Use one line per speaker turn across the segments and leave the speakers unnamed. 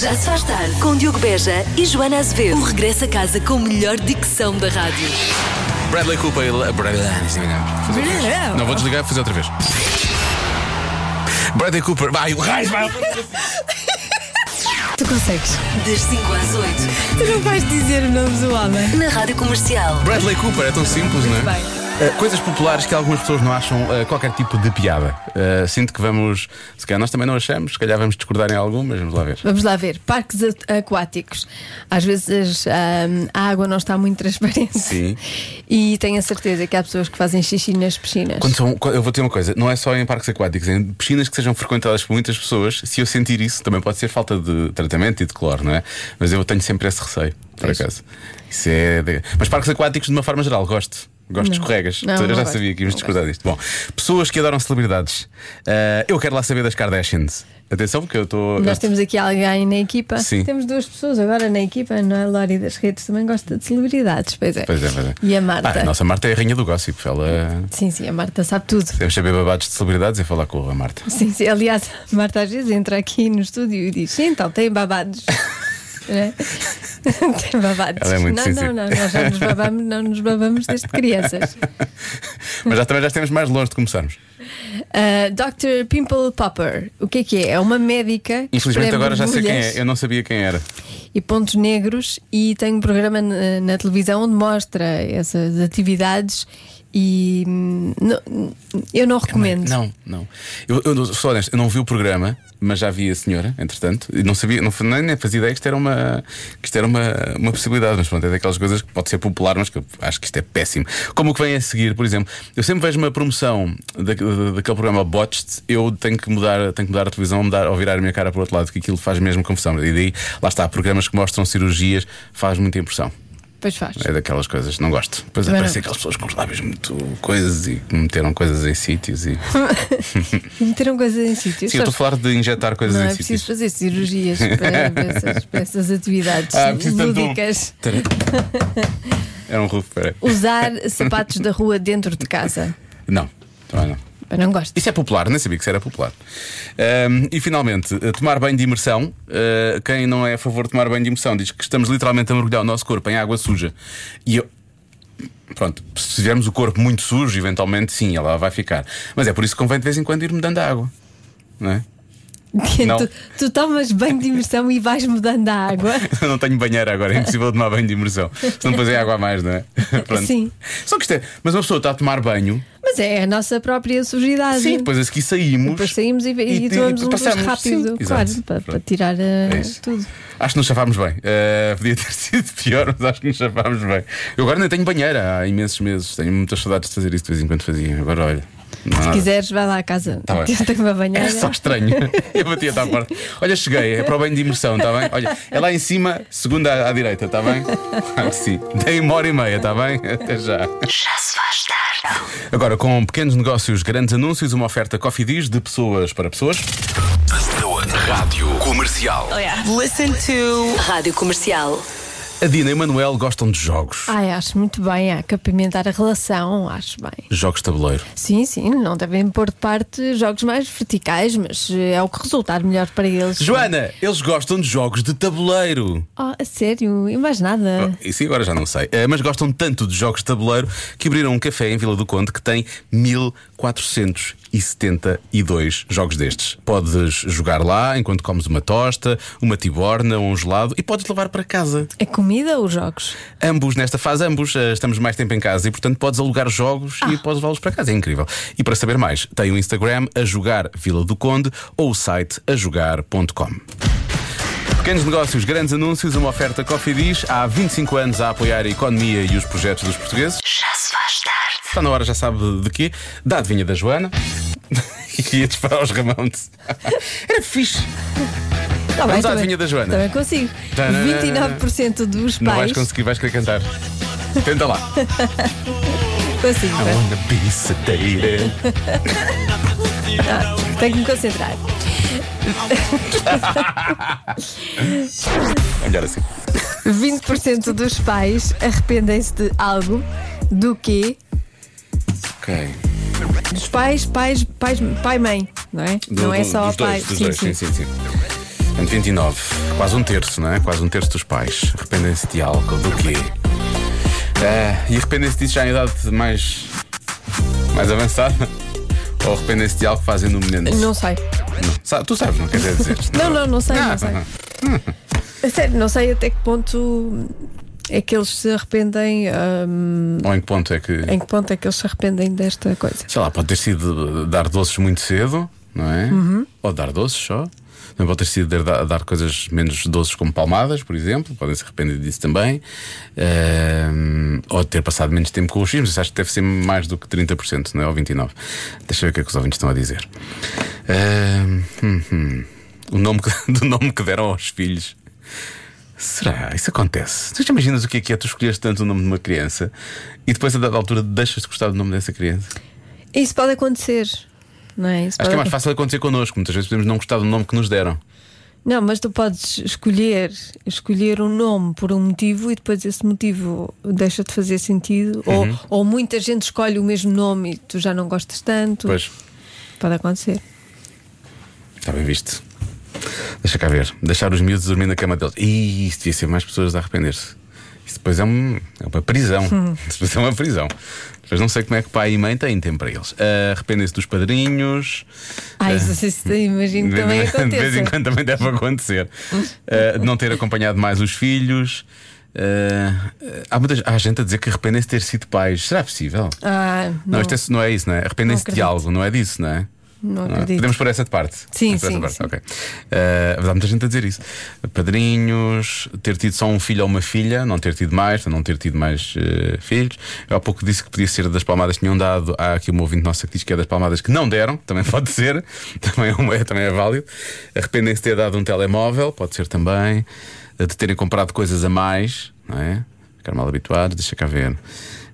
Já se faz tarde com Diogo Beja e Joana Azevedo. O regresso a casa com a melhor dicção da rádio.
Bradley Cooper e Le- Bradley- Ah, é Fazer outra vez. Não vou desligar, vou fazer outra vez. Bradley Cooper, vai, o raio, vai.
Tu consegues.
Das 5 às
Tu não vais dizer o nome do homem.
8, na Rádio Comercial.
Bradley Cooper, é tão simples, não é? Eh, coisas populares que algumas pessoas não acham eh, qualquer tipo de piada. Eh, sinto que vamos, se calhar nós também não achamos, se calhar vamos discordar em algumas, vamos lá ver.
Vamos lá ver. Parques a- aquáticos. Às vezes ahm, a água não está muito transparente.
Sim.
E tenho a certeza que há pessoas que fazem xixi nas piscinas.
Quando são- quando- eu vou ter uma coisa, não é só em parques aquáticos, é em piscinas que sejam frequentadas por muitas pessoas, se eu sentir isso, também pode ser falta de tratamento e de cloro, não é? Mas eu tenho sempre esse receio, por
Pois.
acaso. Isso é de- Mas parques aquáticos, de uma forma geral, gosto. Gosto de
Não.
escorregas.
Não,
eu
não
já
gosto.
sabia que íamos
Não
discordar disto. Bom, pessoas que adoram celebridades. Ah, eu quero lá saber das Kardashians. Atenção, porque eu estou.
Nós temos aqui alguém na equipa.
assim. Sim.
Temos duas pessoas agora na equipa, não é? Lori das redes também gosta de celebridades, pois é.
Pois é, pois é.
E a Marta.
Ah, a nossa Marta é a rainha do gossip. Ela.
Sim, sim, a Marta sabe tudo.
Devemos saber babados de celebridades e falar com a Marta.
Sim, sim. Aliás, a Marta às vezes entra aqui no estúdio e diz: "Sim, então, tem babados. Né? tem babados.
Ela é muito
não,
sensível.
não, não, nós já nos babamos, não nos babamos desde crianças.
Mas já, também já estamos mais longe de começarmos.
Ah, Dr. Pimple Popper, o que é que é? É uma médica. que
Infelizmente
espreme
agora já sei quem
borbulhas
é. Eu não sabia quem era.
E pontos negros, e tem um programa na, na televisão onde mostra essas atividades. E hum, não- eu não recomendo.
Não, não. Eu, eu não- sou honesto, eu não vi o programa, mas já vi a senhora, entretanto, e não sabia, não, nem, nem fazia ideia que isto era, uma, que isto era uma, uma possibilidade, mas pronto, é daquelas coisas que pode ser popular, mas que eu acho que isto é péssimo. Como o que vem a seguir, por exemplo, eu sempre vejo uma promoção da, da- daquele programa Botched, eu tenho que mudar, tenho que mudar a televisão, mudar, ou virar a minha cara para o outro lado, que aquilo faz mesmo confusão. E daí, lá está, programas que mostram cirurgias faz muita impressão.
Pois faz.
É daquelas coisas, não gosto. Depois
Também não.
aparecem aquelas pessoas com os lábios muito coisas e que meteram coisas em sítios e.
E meteram coisas em sítios.
Sim, eu estou a
Sabes
falar de injetar coisas
Não
em
é
sítios.
preciso fazer cirurgias para, para essas, para essas atividades
Ah, preciso tanto de um.
lúdicas.
Era um rufo, peraí.
Usar sapatos da rua dentro de casa.
Não, também não.
Eu não gosto.
Isso é popular, nem sabia que isso era popular. Ahm, e finalmente, eh, tomar banho de imersão. Ah, quem não é a favor de tomar banho de imersão diz que estamos literalmente a mergulhar o nosso corpo em água suja. E eu. Pronto, se tivermos o corpo muito sujo, eventualmente sim, ela vai ficar. Mas é por isso que convém de vez em quando ir mudando a água. Não é? Não.
Tu, tu tomas banho de imersão e vais mudando a água.
Eu não tenho banheira agora, é impossível tomar banho de imersão. Senão depois é água a mais, não é? Pronto.
Sim.
Só que isto é. Mas uma pessoa está a tomar banho,
Mas é a nossa própria sujidade.
sim, depois a seguir saímos.
Depois saímos e, e, tomamos um duche
passamos.
rápido,
Sim,
claro,
exato.
para, para
Pronto.
tirar eh,
É isso.
tudo.
Acho que nos chafámos bem. Eh, podia ter sido pior, mas acho que nos chafámos bem. Eu agora nem tenho banheira há imensos meses. Tenho muitas saudades de fazer isso de vez em quando fazia. Agora olha. não há
Se
nada.
quiseres, vai lá à casa.
Tá bem.
Tenta uma banhada.
É só estranho. Eu batia-te à porta. Olha, cheguei, é para o bem de imersão, está bem? Olha, é lá em cima, segunda à, à direita, está bem? Claro que sim. Dei uma hora e meia, está bem? Até já.
Já se faz tarde.
Agora, com pequenos negócios, grandes anúncios, uma oferta Coffee Diz de pessoas para pessoas.
Rádio Comercial.
Listen to
Rádio Comercial.
A Dina e o Manuel gostam de jogos.
Ai, acho muito bem, há que apimentar a relação, acho bem.
Jogos de tabuleiro.
Sim, sim, não devem pôr de parte jogos mais verticais, mas eh, é o que resultar melhor para eles.
Joana, eles gostam de jogos de tabuleiro. Oh,
Oh, a sério, e mais nada.
Isso agora já não sei. Eh, Mas gostam tanto de jogos de tabuleiro que abriram um café em Vila do Conde que tem 1472 jogos destes. Podes jogar lá enquanto comes uma tosta, uma tiborna, um gelado e podes levar para casa.
É comida ou jogos?
Ambos, nesta fase, ambos eh, estamos mais tempo em casa e, portanto, podes alugar jogos
Ah.
e podes levá-los para casa. É incrível. E para saber mais, tem o Instagram a jogar Vila do Conde ou o site a jogar.com. Pequenos negócios, grandes anúncios, uma oferta Coffee Diz há 25 anos a apoiar a economia e os projetos dos portugueses.
Já se faz tarde.
Está na hora, já sabe de quê? Da adivinha da Joana. e ia disparar os Ramones. Era fixe.
Tá
Vamos
bem,
à
tá bem.
adivinha da Joana.
Também consigo.
Tanana.
29% dos
Não vais
pais.
conseguir, vais querer cantar. Tenta lá.
Tá.
Consigo,
I wanna be sedated.
tenho que me concentrar.
Melhor assim.
20% dos pais arrependem-se de algo, do quê?
Ok.
Dos pais, pais, pais, pai, mãe, não é?
Do-
não é
do-
só
dos
pai.
dois, dos dois, sim, sim, sim. Portanto, 29. Quase um terço, não é? Quase um terço dos pais. Arrependem-se de álcool. Do quê? Ah, e arrependem-se disso já em idade mais. mais avançada? Ou arrependem-se de algo que fazem no menino?
Não sei.
Sa- Tu sabes, não quer dizer dizer.
Não, não, não sei,
Ah,
não sei. A sério, não sei até que ponto é que eles se arrependem. hum,
Ou em que ponto é que.
em que ponto é que eles se arrependem desta coisa?
Sei lá, pode ter sido de dar doces muito cedo, não é? Ou dar doces só. Também pode ter sido de dar, dar coisas menos doces como palmadas, por exemplo. Podem se arrepender disso também. Ahm, ou ter passado menos tempo com os filhos. Isso Acho que deve ser mais do que 30%, não é? Ou 29%. Deixa eu ver o que é que os ouvintes estão a dizer. Ahm, hum, hum. O nome que, do nome que deram aos filhos. Será? Isso acontece. Tu já imaginas o que é que é tu escolheres tanto o nome de uma criança e depois a dada altura deixas de gostar do nome dessa criança?
Isso pode acontecer, não é? Isso
Acho que é
pode-
mais fácil acontecer connosco. Muitas vezes podemos não gostar do nome que nos deram.
Não, mas tu podes escolher, escolher um nome por um motivo e depois esse motivo deixa de fazer sentido.
Uhum.
Ou, ou muita gente escolhe o mesmo nome e tu já não gostas tanto.
Pois,
Pode acontecer.
está bem visto. Deixa cá ver. Deixar os miúdos dormir na cama deles. Ih, isso devia ser mais pessoas a arrepender-se. Isso depois é, um- é uma prisão. Isso depois é uma prisão. Depois não sei como é que pai e mãe têm tempo para eles. Ah, Arrependem-se dos padrinhos.
Ah, isso, isso imagino que também
É. de, vez- de vez em
Então aconteça.
quando também deve acontecer. Ah, de não ter acompanhado mais os filhos. Ah, há, muita, há gente a dizer que arrependem-se de ter sido pais. Será possível?
Ah,
Não,
não,
isto é- não é isso, não é? Arrependem-se
Não
de
acredito.
algo, não é disso, não é?
Não
é?
acredito.
Podemos pôr essa de parte.
Sim,
Podemos pôr essa
sim,
parte,
sim.
ok. Eh, há muita gente a dizer isso. Padrinhos, ter tido só um filho ou uma filha, não ter tido mais, não ter tido mais eh, filhos. Eu há pouco disse que podia ser das palmadas que tinham dado. Há aqui uma ouvinte nossa que diz que é das palmadas que não deram, também pode ser, também é, uma- é- também é válido. Arrependem-se de ter dado um telemóvel, pode ser também. Eh, De terem comprado coisas a mais, não é? Ficar mal habituados, deixa cá ver. Ehm,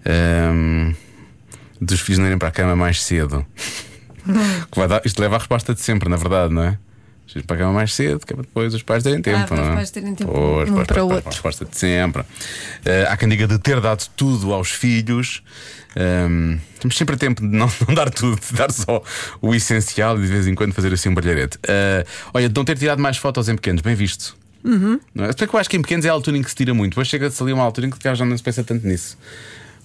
Ahm, dos filhos não irem para a cama mais cedo. Que vai dar- isto leva à resposta de sempre, na verdade, não é? Os filhos para a cama mais cedo, que é para depois os pais terem tempo.
Ah, para os
não é?
pais terem tempo
Pois,
um
pois,
para
pois,
o
pois,
outro.
resposta de sempre. Eh, há quem diga de ter dado tudo aos filhos. Ehm, temos sempre tempo de não, não dar tudo, de dar só o essencial e de vez em quando fazer assim um brilharete. Eh, olha, de não ter tirado mais fotos em pequenos, bem visto. Não é? Se bem que eu acho que em pequenos é a altura em que se tira muito. Depois chega-se ali uma altura em que já não se pensa tanto nisso.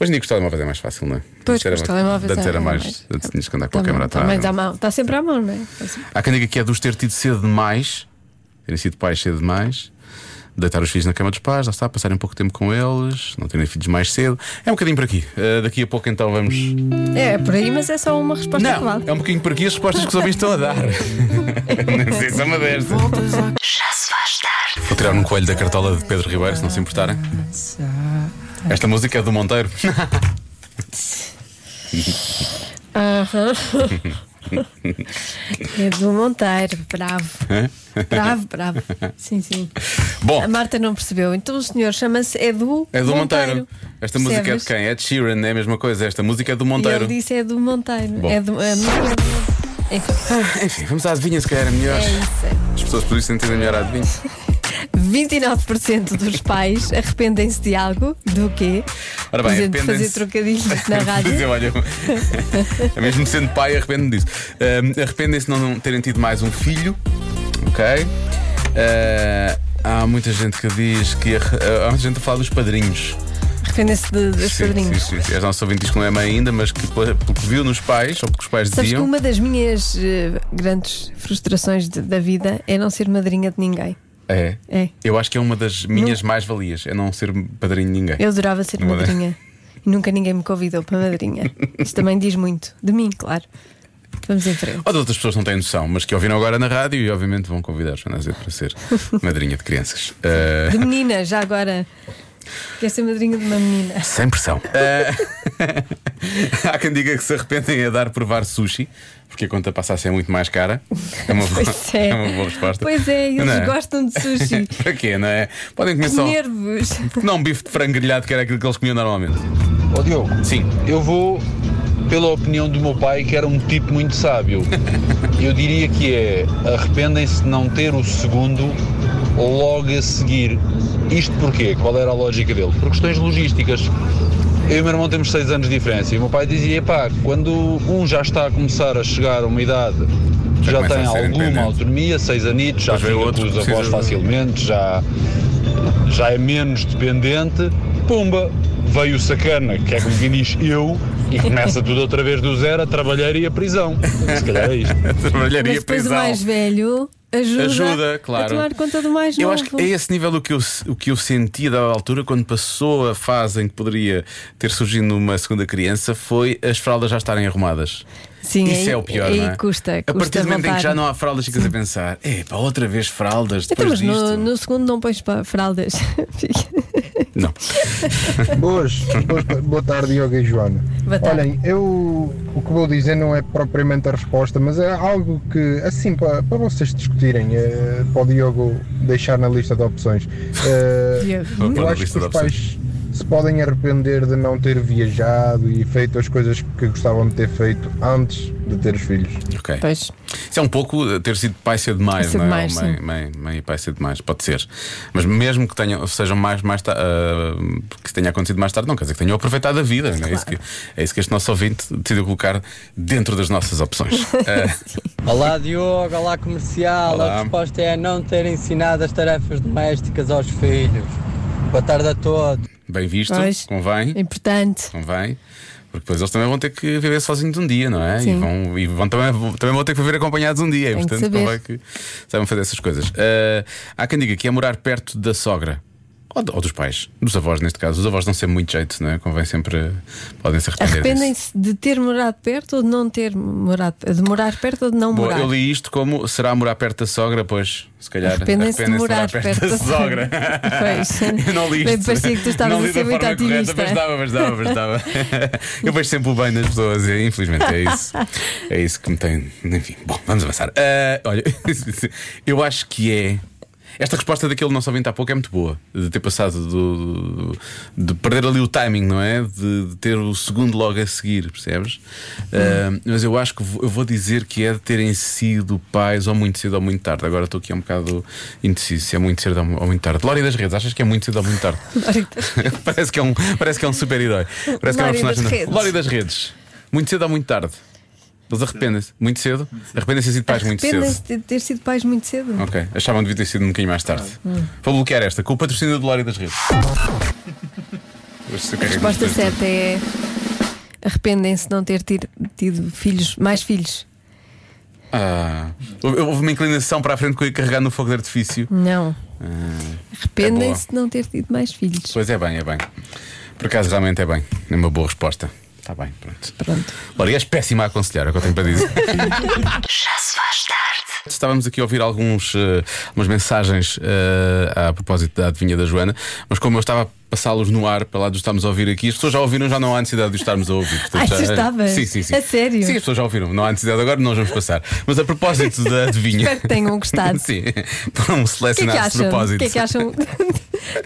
Hoje em dia com os telemóveis é mais fácil, não é?
Pois,
Antes era
com os
mais-
telemóveis
antes
é
era mais.
mais-
antes tinhas que andar com a
também,
câmera atrás.
também
não é?
dá mão. Está tá sempre à mão, não é?
Há quem diga que é dos ter tido cedo demais, terem sido pais cedo demais, deitar os filhos na cama dos pais, lá está, passarem um pouco tempo com eles, não terem filhos mais cedo. É um bocadinho por aqui. Uh, daqui a pouco então vamos.
É, é por aí, mas é só uma resposta que
Não,
vale.
é um bocadinho por aqui as respostas que os ouvintes estão a dar. Nem sei se é uma destas.
Já se faz tarde.
Vou tirar um coelho da cartola de Pedro Ribeiro, se não se importarem. Esta música é do Monteiro.
Aham. é do Monteiro, bravo. Bravo, bravo. Sim, sim.
Bom,
A Marta não percebeu. Então o senhor chama-se Edu.
é do Monteiro. Esta música é de
Percebes?
quem? É de Sheeran, é a mesma coisa. Esta música é do
E ele
Monteiro.
disse é do Monteiro.
Bom.
É do. É do... Enfim,
Ah, Enfim, vamos à adivinha se calhar é melhor.
é isso.
As pessoas por isso entendem melhor a adivinha.
29% dos pais arrependem-se de algo. Do quê?
Ora bem,
Por exemplo, fazer
arrependem-se-
trocadilhos na
Pois é,
rádio.
olha, mesmo sendo pai, arrependo-me disso. Ahm, Arrependem-se de não- não terem tido mais um filho, ok? Ah, há muita gente que diz que. arre- ah, Há muita gente a falar dos padrinhos.
Arrependem-se de, dos
Sim,
padrinhos.
Sim, sim, sim. As nossas ouvintes dizem que não é mãe ainda, mas que pela- pelo que viu nos pais, ou porque os pais
Sabes que
diziam.
uma das minhas eh, grandes frustrações de- da vida é não ser madrinha de ninguém.
É.
É.
Eu acho que é uma das minhas mais-valias, é não ser padrinho de ninguém.
Eu adorava ser
Não é?
madrinha. E nunca ninguém me convidou para madrinha. Isto também diz muito. De mim, claro. Vamos em frente.
Ou de outras pessoas que não têm noção, mas que ouviram agora na rádio e obviamente vão convidar Joana Azevedo para ser madrinha de crianças. Ah,
De menina, já agora. Quer ser madrinha de uma menina.
Sem pressão. Eh, Há quem diga que se arrependem a dar provar sushi, porque a conta passa a ser muito mais cara. É uma boa,
Pois é.
uma boa resposta.
Pois é, eles
Não é?
gostam de sushi.
Para quê, não é? Podem comer só.
Nervos.
Não um bife de frango grelhado, que era aquilo que eles comiam normalmente.
Ó Diogo,
Sim.
eu vou pela opinião do meu pai, que era um tipo muito sábio. Eu diria que é arrependem-se de não ter o segundo logo a seguir. Isto porquê? Qual era a lógica dele? Por questões logísticas. Eu e o meu irmão temos seis anos de diferença e o meu pai dizia, pá, quando um já está a começar a chegar a uma idade
já
já
começa
tem
a ser
alguma
independente.
autonomia, seis anitos, já
Depois vem
fica
outro
com os
que
avós
precisa de- um-
facilmente, já, já é menos dependente. Pumba! Veio o sacana, que é como quem diz eu, e começa tudo outra vez do zero, a trabalhar e a prisão. Se calhar é isto.
Trabalharia
Mas depois o mais velho ajuda,
Ajuda, claro.
é? a tomar conta do mais
Eu
novo.
acho que é esse nível o que, eu, o que eu senti da altura quando passou a fase em que poderia ter surgido uma segunda criança foi as fraldas já estarem arrumadas.
Sim,
Isso
aí-
é o pior,
aí
não é?
custa,
a partir
custa
do momento em que
vontade.
já não há fraldas, ficas a pensar: é pá, outra vez fraldas,
Então,
depois
mas
disto.
no, no segundo não pões pa- fraldas. Fica-
Não.
Boas, boas- boa tarde, Diogo e Joana.
Boa tarde.
Olhem, eu o que vou dizer não é propriamente a resposta, mas é algo que, assim, para, para vocês discutirem, eh, para o Diogo deixar na lista de opções. Eh,
Diogo.
Pôr
eu
na
acho que
lista de
os pais se podem arrepender de não ter viajado e feito as coisas que gostavam de ter feito antes de ter os filhos.
Ok.
Pois.
Isso é um pouco eh, ter sido pai ser demais,
Ser
não é?
demais,
Ou mãe,
sim.
mãe, mãe e pai ser demais, pode ser. Mas mesmo que tenham, sejam mais, mais ta- ah, que tenha acontecido mais tarde, não quer dizer que tenham aproveitado a vida, não é? É, isso que, é isso que este nosso ouvinte decidiu colocar dentro das nossas opções. Ah,
Olá Diogo, olá comercial. A
Olá.
resposta é não ter ensinado as tarefas domésticas aos filhos. Boa tarde a todos.
bem visto,
Pois.
convém.
é Importante.
Convém. Porque depois eles também vão ter que viver sozinhos um dia, não é? E,
Sim.
vão, e vão também, também vão ter que viver acompanhados um dia. E,
Tem que
portanto,
saber.
convém que saibam fazer essas coisas. Ah, há quem diga que é morar perto da sogra. Ou, do- ou dos pais, dos avós, neste caso. Os avós não sempre muito jeito, não é? Convém sempre. Podem se arrepender. disso.
Arrependem-se de ter morado perto ou de não ter morado de morar perto ou de não
Boa,
morar.
eu li isto como será morar perto da sogra, pois, se calhar.
Arrependem-se de morar
arrependem-se
perto,
da sogra.
pois.
Eu não li isto.
Bem, parecia que tu estavas
Não li
a ser
da
muito
forma correta,
ativista.
mas dava, mas dava, mas dava. Eu vejo sempre o bem nas pessoas, e, infelizmente é isso. É isso que me tem. Enfim, bom, vamos avançar. Ah, olha, eu acho que é. Esta resposta daquele nosso ouvinte há pouco é muito boa. De ter passado do. de perder ali o timing, não é? De, de ter o segundo logo a seguir, percebes? Ah, mas eu acho que vou- eu vou dizer que é de terem sido pais ou muito cedo ou muito tarde. Agora estou aqui um bocado indeciso se é muito cedo ou muito tarde. Lória das Redes, achas que é muito cedo ou muito tarde? parece que é um, parece que é um super-herói. Parece que é uma
Lória das
personagem.
Redes.
Lória das redes. Muito cedo ou muito tarde? Eles arrependem-se. Muito cedo? Arrependem-se de ter sido pais muito cedo.
Arrependem-se de ter sido pais muito cedo.
Ok, achavam que devia ter sido um bocadinho mais tarde. Vou bloquear esta com o patrocínio de Lória das Redes.
A resposta certa é arrependem-se de não ter tido, tido filhos, mais filhos.
Ah, houve houve uma inclinação para a frente que eu ia carregar no fogo de artifício.
Não. Arrependem-se
é
de não ter tido mais filhos.
Pois é, bem, é bem. Por acaso, realmente é bem. É uma boa resposta. Está bem, pronto.
Pronto.
Lória, és péssima a aconselhar, é o que eu tenho para dizer.
Já se faz tarde.
Estávamos aqui a ouvir alguns, eh, algumas mensagens eh, a propósito da adivinha da Joana, mas como eu estava a passá-los no ar para lá de os estarmos a ouvir aqui, as pessoas já ouviram, já não há necessidade de os estarmos a ouvir. Portanto,
Ai,
já-
Ah,
é-
tu estavas?
Sim, sim, sim.
A sério?
Sim, as pessoas já ouviram, não há necessidade agora, nós vamos passar. Mas a propósito da adivinha.
Espero que tenham gostado. O
sim, foram
que é que
selecionados de
acham? O
propósito.
que é que acham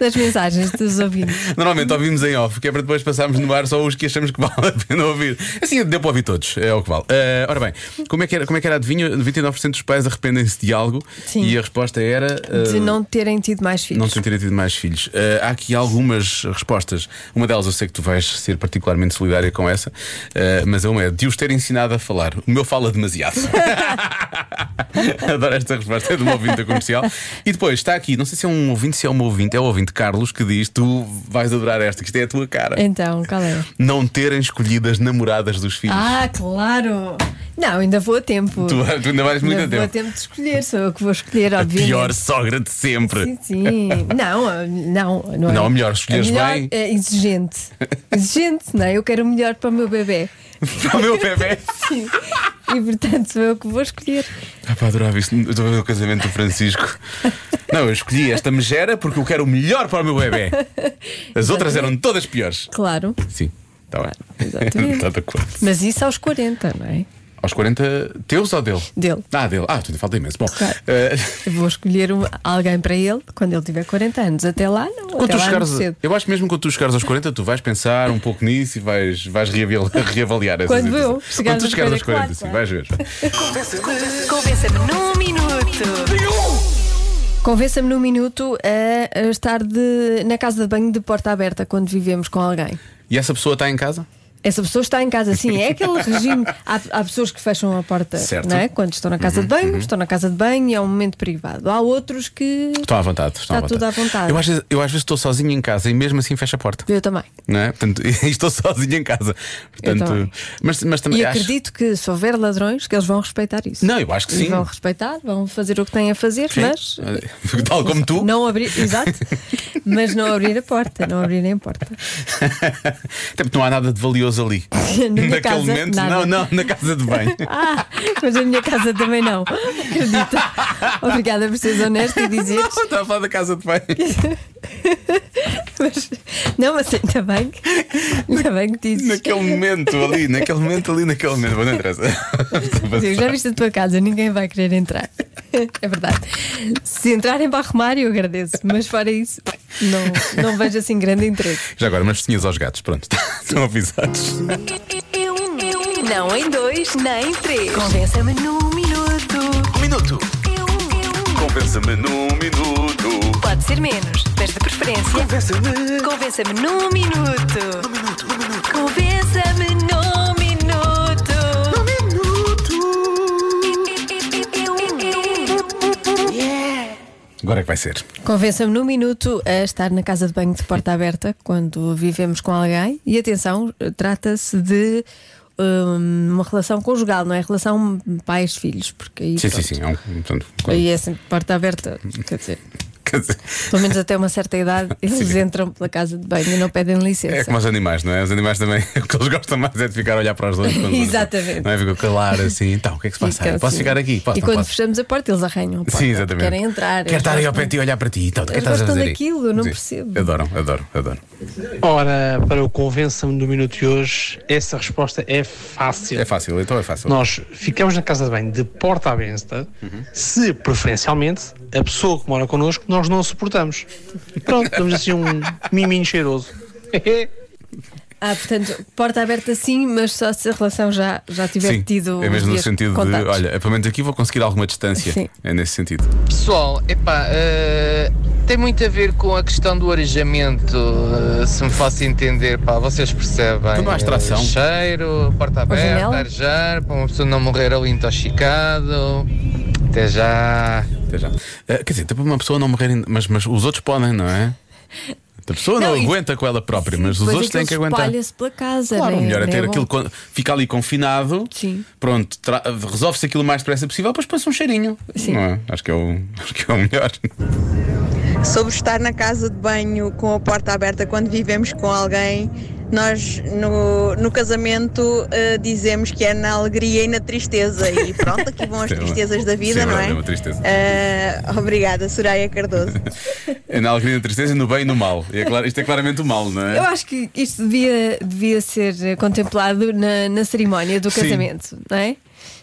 das mensagens dos ouvintes?
Normalmente ouvimos em off, que é para depois passarmos no ar só os que achamos que vale a pena ouvir. Assim, deu para ouvir todos, é o que vale. Ah, ora bem, como é que era, como é que era a adivinha? 29% dos pais arrependem-se de algo
Sim.
e a resposta era. ah,
De não terem tido mais
Não
filhos.
sem ter tido mais filhos. Eh, há aqui algumas respostas. Uma delas eu sei que tu vais ser particularmente solidária com essa, eh, mas a uma é de os ter ensinado a falar. O meu fala demasiado. Adoro esta resposta, é de um ouvinte da comercial. E depois está aqui, não sei se é um ouvinte, se é um ouvinte, é o ouvinte Carlos que diz: Tu vais adorar esta, que isto é a tua cara.
Então, qual é?
Não terem escolhido as namoradas dos filhos.
Ah, claro! Não, ainda vou a tempo.
Tu, tu ainda vais muito
ainda
a
vou a
tempo.
tempo de escolher, sou eu que vou escolher,
A
obviamente.
pior sogra de sempre.
Sim, sim. Não, ah, não, não é.
Não, a melhor, escolheres
A melhor
bem.
É exigente. Exigente, não, é? eu quero o melhor para o meu bebê.
Para o meu bebê.
Sim. E portanto sou eu que vou escolher.
Ah, pá, adorava isso. Estou a ver o casamento do Francisco. Não, eu escolhi esta megera porque eu quero o melhor para o meu bebê. As outras eram todas piores.
Claro.
Sim, está bem.
Exatamente.
Está de acordo.
Mas isso aos 40, não é?
Aos 40, teus ou dele?
Dele.
Ah, dele. Ah, tu ainda falta imenso. Bom,
Claro.
eh,
Eu vou escolher um- alguém para ele quando ele tiver 40 anos. Até lá, não.
quando
até
tu
lá é
chegares,
muito cedo.
eu acho que mesmo quando tu chegares aos 40, tu vais pensar um pouco nisso e vais, vais reavali- reavaliar essa
Quando
situação.
eu chegar
Quando tu
aos
chegares aos 40,
40,
sim, vais ver.
Convença-me num minuto.
Convença-me num minuto a, a estar de- na casa de banho de porta aberta quando vivemos com alguém.
E essa pessoa está em casa?
Essa pessoa está em casa, sim, é aquele regime. Há, há pessoas que fecham a porta
Certo. Uhum,
não é? quando estão na casa de banho, estão na casa de banho e é um momento privado. Há outros que.
Estão à vontade. Estão
Está
à vontade.
tudo à vontade.
Eu às, vezes, eu às vezes estou sozinho em casa e mesmo assim fecho a porta.
Eu também.
Não é? Portanto, e estou sozinho em casa.
Eu
Portanto,
também.
mas, mas também
Então é. E
acho-
acredito que se houver ladrões, que eles vão respeitar isso.
Não, eu acho que
E
sim.
vão respeitar, vão fazer o que têm a fazer,
Sim.
mas.
Tal como tu.
Não abrir, exato, mas não abrir a porta, não abrirem a porta.
Até porque não há nada de valioso ali.
Na minha
Naquele
casa,
momento,
nada.
não, não, na casa de banho.
Ah, mas na minha casa também não. Acredita. Obrigada por seres honesta e dizer.
Não, estava a falar da casa de banho.
Mas, não, mas ainda bem que, ainda bem que dizes.
Naquele momento ali, naquele momento ali, naquele momento. Mas não interessa.
Sim, já viste a tua casa, ninguém vai querer entrar. É verdade. Se entrarem para arrumar, eu agradeço. Mas fora isso, não, não vejo assim grande interesse.
Já agora, mas tinhas aos gatos, pronto, estão avisados.
Um
Não em dois, nem em três. Convença-me num minuto.
Um minuto.
Eu, eu.
Convença-me num minuto.
Pode ser menos, mas de preferência.
Convença-me
Convença-me num minuto.
num minuto. Num minuto.
Convença-me num minuto. Num minuto.
Agora é que vai ser.
Convença-me num minuto a estar na casa de banho de porta aberta quando vivemos com alguém. E atenção, trata-se de hum, uma relação conjugal, não é relação pais-filhos, porque aí,
Sim, sim,
pronto,
sim. É um, portanto,
aí é sempre porta aberta. Quer dizer,
quer dizer,
pelo menos até uma certa idade, eles
Sim.
entram pela casa de banho e não pedem licença.
é como os animais, não é? Os animais também, o que eles gostam mais é de ficar a olhar para os dois. quando-
Exatamente.
Não é? Ficam calar assim, então, o que é que se passa? aí?
Ficam
Posso
assim.
ficar aqui? Posso,
e
não
quando
posso?
fechamos a porta, eles arranham a porta.
Sim, exatamente.
Querem entrar.
Quero estar aí ao pé de ti
eles
e olhar para ti. Então, o que é que estás
Eles
a
gostam
fazer? aí?
daquilo, não
Sim.
percebo.
Adoram, adoram, adoram.
Ora, para o convença-me do minuto de hoje, essa resposta é fácil.
É fácil, então é fácil.
Nós ficamos na casa de banho de porta aberta se, preferencialmente, a pessoa que mora connosco nós não a suportamos. Pronto, damos assim um miminho cheiroso.
Ah, portanto, porta aberta sim, mas só se a relação já, já tiver
Sim,
tido.
é
uns
mesmo no
dias
sentido de,
contatos.
olha, pelo menos aqui vou conseguir alguma distância.
Sim.
É nesse sentido.
Pessoal, Oh, epá, eh, tem muito a ver com a questão do arejamento, eh, se me faço entender, pá, vocês percebem.
Tudo mais
Eh,
tração.
Cheiro, porta
janela.
aberta, arejar, para uma pessoa não morrer ali intoxicado. Até já.
Até já. Ah, quer dizer, para uma pessoa não morrer, ainda- mas, mas os outros podem, não é? A pessoa não,
Não, e-
aguenta com ela própria, mas os
Depois
outros têm
aquilo
que aguentar.
Espalha-se pela casa.
Claro,
né?
o melhor é
Não
ter
bom?
aquilo, con- fica ali confinado,
Sim.
pronto, tra- resolve-se aquilo o mais depressa possível, depois põe-se um cheirinho.
Sim.
Não é? Acho que é o, acho que é o melhor.
Sobre estar na casa de banho com a porta aberta quando vivemos com alguém, nós no, no casamento eh, dizemos que é na alegria e na tristeza. E pronto, aqui vão as
Sim, é uma-
tristezas da
sim,
vida,
é
não
verdade,
é?
é uma tristeza.
Eh, obrigada, Soraya Cardoso.
É na alegria, na tristeza, no bem e no mal. E é claro, isto é claramente o mal, não é?
Eu acho que isto devia, devia ser eh, contemplado na, na cerimónia do
Sim.
casamento, não é?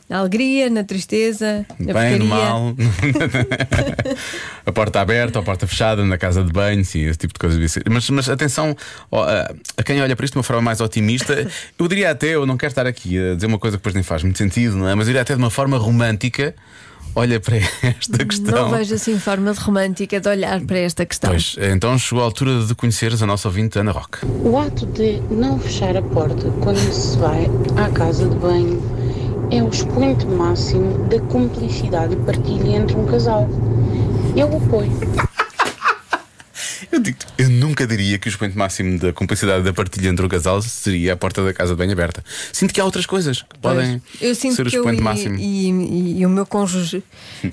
Na alegria, na tristeza, na
Bem, no
porcaria.
mal, a porta aberta, a porta fechada, na casa de banho, sim, esse tipo de coisas. devia ser. Mas, mas atenção ó, a, a quem olha para isto de uma forma mais otimista, eu diria até, eu não quero estar aqui a dizer uma coisa que depois nem faz muito sentido, não é? Mas eu diria até de uma forma romântica, olha para esta questão.
Não vejo assim forma de romântica de olhar para esta questão.
Pois, então chegou a altura de conheceres a nossa ouvinte Ana Roque.
O ato de não fechar a porta quando se vai à casa de banho é o expoente máximo da cumplicidade e partilha entre um casal. Eu apoio.
Eu, digo eu nunca diria que o expoente máximo da cumplicidade da partilha entre o casal seria a porta da casa de banho aberta. Sinto que há outras coisas que
Pois.
podem
eu sinto
ser o
que eu
expoente
e,
máximo.
E, e- e o meu cônjuge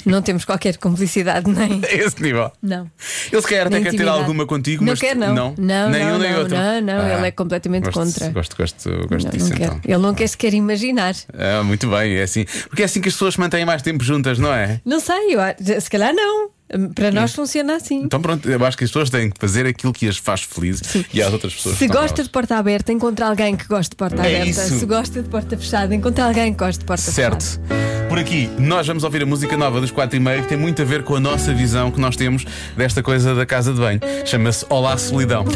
não temos qualquer complicidade, nem.
A esse nível.
Não.
Ele se calhar até
nem
quer ter
intimidade.
alguma contigo,
não
mas
quer, não.
não.
não
nem
não,
um nem
não,
outro.
Não, não,
Ah,
ele é completamente
gosto,
contra.
Gosto, gosto, gosto
não,
disso
não quer.
então.
Ele não quer sequer imaginar.
Ah, muito bem, é assim. Porque é assim que as pessoas se mantêm mais tempo juntas, não é?
Não sei, eu acho- se calhar não. Hum, Para nós funciona assim.
Então pronto, eu acho que as pessoas têm que fazer aquilo que as faz felizes e as outras pessoas.
Se
estão
gosta de
bravas.
porta aberta, encontra alguém que goste de porta
É
aberta.
isso.
Se gosta de porta fechada, encontra alguém que goste de porta fechada.
Certo. Por aqui, nós vamos ouvir a música nova dos 4 e meia que tem muito a ver com a nossa visão que nós temos desta coisa da casa de banho. Chama-se Olá Solidão.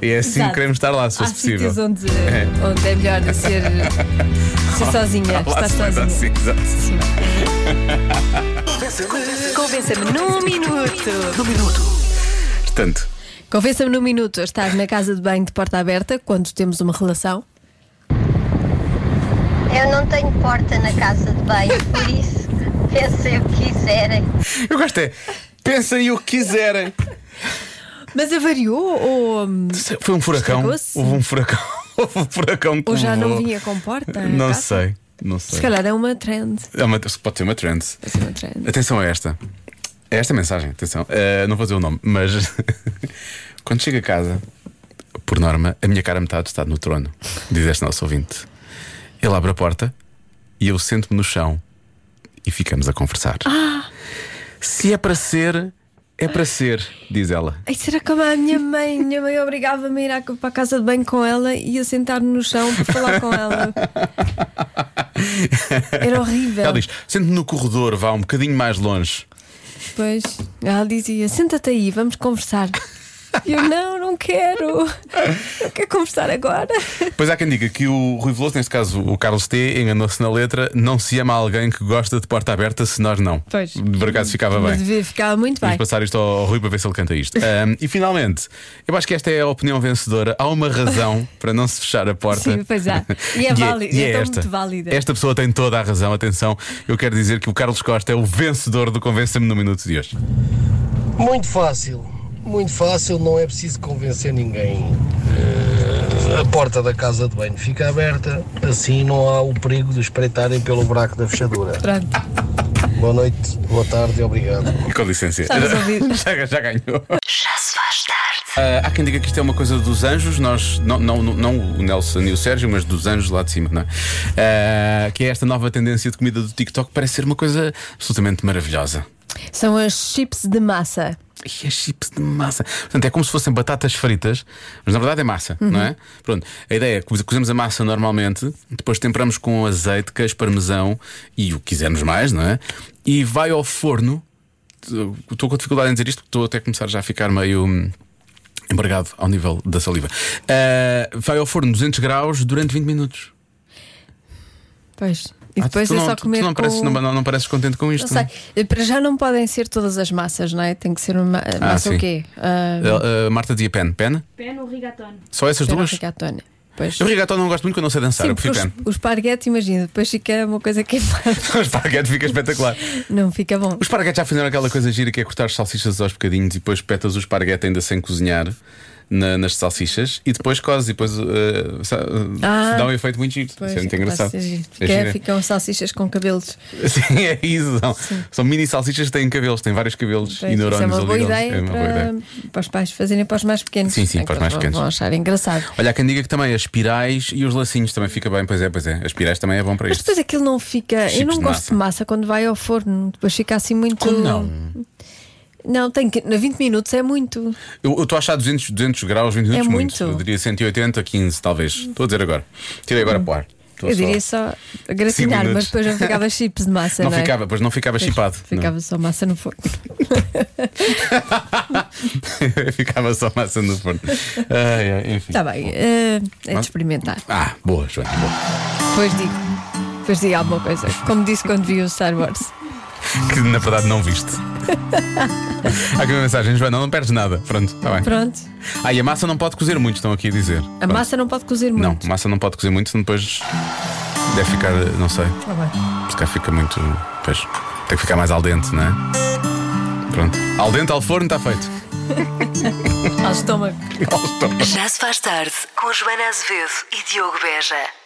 e é assim que
Exato.
queremos estar lá, se
Há
fosse possível.
sítios onde, onde é melhor ser, ser sozinha,
Olá
estar sozinha.
Solidão, sim, exato.
Convença-me num minuto.
Num minuto.
Portanto,
Convença-me num minuto a estar na casa de banho de porta aberta quando temos uma relação.
Eu não tenho porta na casa de banho, por isso pensei o que quiserem.
Eu gosto é. Pensem o que quiserem.
Mas avariou ou. hum,
Foi um furacão.
estragou-se?
Houve um furacão. Houve um furacão que
Ou já não
levou-
vinha com porta?
Não
Cá?
sei. Não sei.
Se calhar é uma trend.
É uma- pode ser uma trend.
Uma trend.
Atenção a esta. É esta mensagem, atenção. Eh, não vou dizer o nome, mas quando chego a casa, por norma, a minha cara metade está no trono, diz este nosso ouvinte. Ele abre a porta e eu sento-me no chão e ficamos a conversar. Se é para ser, é para ser, diz ela.
Ai, será que a minha mãe, minha mãe obrigava-me a ir à- para a casa de banho com ela e a sentar-me no chão para falar com ela? Era horrível.
Ela diz: sente-me no corredor, vá um bocadinho mais longe.
Pois, ela dizia: senta-te aí, vamos conversar. E eu não, não quero. Não quero conversar agora.
Pois há quem diga que o Rui Veloso, neste caso o Carlos T, enganou-se na letra: não se ama alguém que gosta de porta aberta se nós não.
Pois.
Por acaso ficava bem.
Mas devia ficar muito
Vamos
bem.
passar isto ao ao Rui para ver se ele canta isto. Ahm, e finalmente, eu acho que esta é a opinião vencedora. Há uma razão para não se fechar a porta.
Sim, pois há. E é válida,
e
é tão
esta.
muito válida.
Esta pessoa tem toda a razão. Atenção, eu quero dizer que o Carlos Costa é o vencedor do Convença-me no Minuto de hoje.
Muito fácil, muito fácil, não é preciso convencer ninguém. Eh, A porta da casa de banho fica aberta, assim não há o perigo de espreitarem pelo buraco da fechadura. Boa noite, boa tarde, obrigado.
Com licença.
Está resolvido.
Já, já ganhou.
Já se faz tarde.
Ah, há quem diga que isto é uma coisa dos anjos, nós, não, não, não, não o Nelson e o Sérgio, mas dos anjos lá de cima, não é? Ah, que é esta nova tendência de comida do TikTok, parece ser uma coisa absolutamente maravilhosa.
São as chips de massa.
E é chips de massa. Portanto, é como se fossem batatas fritas, mas na verdade é massa,
Uhum.
não é? Pronto, a ideia é que coze- cozemos a massa normalmente, depois temperamos com azeite, queijo parmesão e o que quisermos mais, não é? E vai ao forno. Eu Estou com dificuldade em dizer isto, porque estou até a começar já a ficar meio. hum, Embargado ao nível da saliva. Ah, vai ao forno 200 graus durante 20 minutos.
Pois. E
Ah,
depois
tu
é
não,
só
tu- tu
comer
não,
com...
pareces, não, não- não é? pareces contente com isto.
Não sei. Eh, Para já não podem ser todas as massas, não é? Tem que ser uma massa
sim.
o quê? Ah,
não? Ah, ah, Marta dizia pen. Pen?
Pé no rigatone.
Só essas duas?
Rigatone.
Eu rigatone não gosto muito quando não sei dançar,
Sim,
eu
porque
prefiro
os,
pen.
o esparguete, imagina, depois fica uma coisa queimada.
O esparguete fica espetacular.
Não fica bom.
Os esparguete já fizeram aquela coisa gira que é cortar as salsichas aos bocadinhos e depois petas o esparguete ainda sem cozinhar na- nas salsichas e depois cozes e depois eh, sa- eh,
Ah.
dá um efeito muito giro.
Pois,
Isso é muito
é capaz de
engraçado.
ser giro.
É
Fica-
gira.
ficam salsichas com cabelos.
Sim, é isso. São, são mini salsichas que têm cabelos, têm vários cabelos
Pois,
e
isso
neurónios
é uma boa
ali.
ideia,
é uma boa
para,
ideia.
para os pais fazerem para os mais pequenos. É
Sim, sim, para os mais
Vão-
pequenos.
Vão achar engraçado.
Olha, há quem diga que também as espirais e os lacinhos também fica bem, pois é, pois é. As espirais também é bom para
Mas
isto.
depois aquilo não fica.
Chips
eu não
de
gosto
massa.
de massa quando vai ao forno. Depois fica assim muito.
não?
Não, tem que. Na 20 minutos é muito.
Eu eu estou a achar 200, 200 graus, 20 minutos
É muito.
Eu diria 180, 15 talvez. Estou a dizer agora. Tirei agora para o ar. Estou
eu
só-
diria só gratinar,
minutos.
mas depois não ficava chips de massa, não,
Não
é?
ficava, pois não ficava
Pois,
chipado. não.
Ficava só massa no forno.
Ficava só massa no forno. Ai, ai, enfim.
Está bem, eh, é de
Mas-
experimentar.
Ah, boa, Joana. Boa.
Depois digo. Depois digo alguma coisa. Como disse quando vi o Star Wars.
Que na verdade não viste. Há aqui uma mensagem, Joana, não perdes nada. Pronto, está bem.
Pronto.
Ah, e a massa não pode cozer muito, estão aqui a dizer.
A
Pronto.
massa não pode cozer muito.
Não, a massa não pode cozer muito, senão depois deve ficar, não sei.
Tá bem.
Se calhar fica muito. Pois, tem que ficar mais al dente, não é? Pronto. Al dente, ao forno, está feito.
Ao estômago.
Ao estômago.
Já se faz tarde com Joana Azevedo e Diogo Beja.